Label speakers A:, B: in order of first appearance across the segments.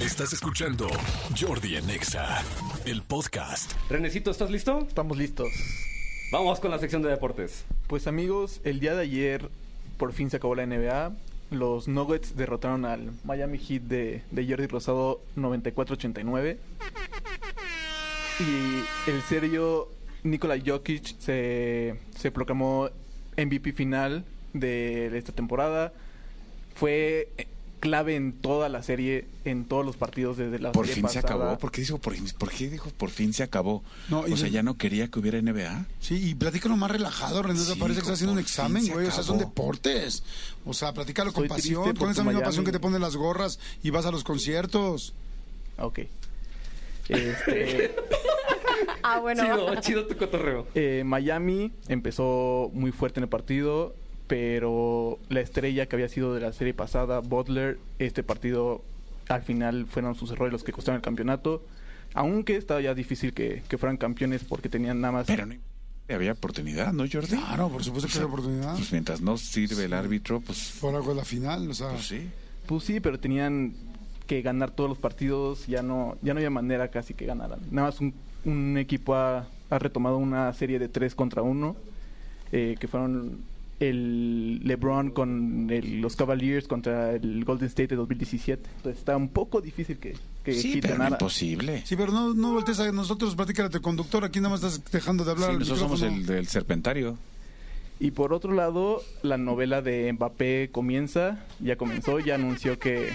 A: Estás escuchando Jordi en EXA, el podcast.
B: Renecito, ¿estás listo?
C: Estamos listos.
B: Vamos con la sección de deportes.
C: Pues amigos, el día de ayer por fin se acabó la NBA. Los Nuggets derrotaron al Miami Heat de, de Jordi Rosado 94-89. Y el serio Nikola Jokic se, se proclamó MVP final de esta temporada. Fue eh, clave en toda la serie, en todos los partidos desde la
D: Por
C: serie
D: fin se
C: pasada.
D: acabó. ¿Por qué dijo por, fin- por qué dijo por fin se acabó?
E: No, y-
D: o sea, ya no quería que hubiera NBA.
E: Sí, y platícalo más relajado, René.
D: Sí,
E: parece que
D: hijo,
E: estás haciendo un
D: por fin
E: examen,
D: se
E: güey. O sea, son
D: acabó.
E: deportes. O sea, platícalo con
C: Estoy triste
E: pasión, con
C: porque
E: esa misma
C: Miami-
E: pasión que te ponen las gorras y vas a los conciertos.
C: Ah, Ok. Este,
F: Ah, bueno.
B: Chido, chido tu cotorreo.
C: eh, Miami empezó muy fuerte en el partido, pero la estrella que había sido de la serie pasada, Butler, este partido al final fueron sus errores los que costaron el campeonato. Aunque estaba ya difícil que, que fueran campeones porque tenían nada más...
D: Pero no había oportunidad, ¿no, Jordi?
E: Claro, por supuesto que hay oportunidad.
D: Pues mientras no sirve el árbitro, pues,
E: Por algo es la final, o sea.
D: pues sí.
C: Pues sí, pero tenían que ganar todos los partidos, ya no, ya no había manera casi que ganaran. Nada más un, un equipo ha, ha retomado una serie de tres contra uno, eh, que fueron el LeBron con el- los Cavaliers contra el Golden State de 2017. Entonces está un poco difícil que, que
D: Sí,
C: Heat
D: pero pues no
C: ganara.
D: imposible.
E: Sí, pero no, no voltees a nosotros, platícale a tu conductor. Aquí nada más estás dejando de
D: Sí,
E: hablar al
D: nosotros somos
E: micrófono.
D: el del serpentario.
C: Y por otro lado, la novela de Mbappé comienza, ya comenzó, ya anunció que,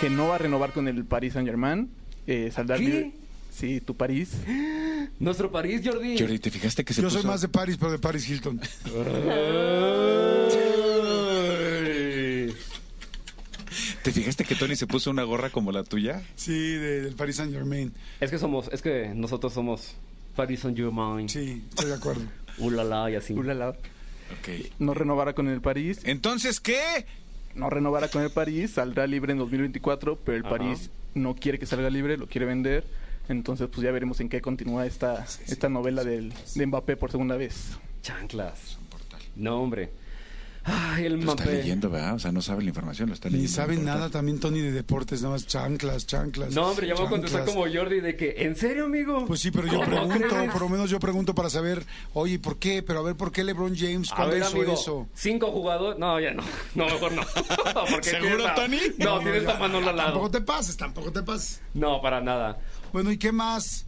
C: que no va a renovar con el Paris Saint Germain. Eh, saldrá
B: ¿Qué?
C: libre- Sí, tu París.
B: Nuestro París, Jordi.
D: Jordi, ¿te fijaste que se
E: Yo
D: puso...
E: soy más de Paris, pero de Paris Hilton.
D: ¿Te fijaste que Tony se puso una gorra como la tuya?
E: Sí, de- del Paris Saint Germain.
B: Es que somos, es que nosotros somos Paris Saint Germain.
E: Sí, estoy de acuerdo.
B: Ulala y así.
C: Ulala.
D: Ok.
C: no renovará con el París, eh,
D: Entonces, ¿qué?
C: no renovará con el París, saldrá libre en 2024, pero el
B: Ajá.
C: París no quiere que salga libre, lo quiere vender. Entonces, pues ya veremos en qué continúa esta, esta novela del, de Mbappé por segunda vez.
B: Chanclas. No, hombre. Ay, el
D: Lo está
B: Mbappé.
D: leyendo, ¿verdad? O sea, no sabe la información, lo está leyendo.
E: Ni sabe
D: no importa.
E: nada también Tony de deportes, nada más chanclas, chanclas.
B: No, hombre, ya voy a contestar
E: pues. chanclas.
B: como Jordi de que, ¿en serio, amigo?
E: Pues sí, pero yo
B: ¿Cómo
E: pregunto,
B: crees?
E: por lo menos yo pregunto para saber, oye, ¿por qué? Pero a ver, ¿por qué LeBron James
B: A
E: cuando
B: ver,
E: hizo
B: amigo,
E: eso?
B: cinco jugadores. No, ya no. No, mejor no. Porque
D: ¿Seguro,
B: tienes a-
D: Tony?
B: No,
E: No,
B: tienes
E: ya, Ah,
B: la mano al lado.
E: Tampoco te pases, tampoco te pases.
B: No, para nada.
E: Bueno, ¿y qué más?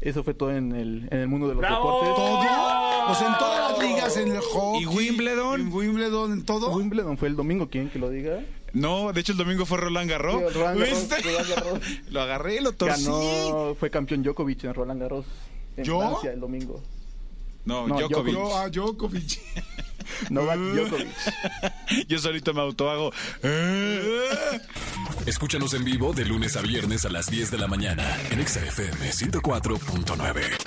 C: Eso fue todo en el, en el mundo de los
B: ¡Bravo!
C: deportes.
E: ¿Todo? O sea, en todas las ligas, en el hockey.
D: ¿Y Wimbledon?
E: En Wimbledon, en todo.
C: Wimbledon fue el domingo, ¿quién que lo diga?
D: No, de hecho el domingo fue Roland Garros.
C: Sí, Roland Garros,
D: ¿Viste?
C: Roland Garros.
D: lo agarré, lo torcí.
C: Ganó, fue campeón Djokovic en Roland Garros. En
E: ¿Yo?
C: Francia el domingo.
D: No,
C: No,
D: Djokovic.
E: Yo a Djokovic.
C: Novak Djokovic.
D: Yo solito me autohago. Eh,
A: Escúchanos en vivo de lunes a viernes a las 10 de la mañana en Exa FM 104.9.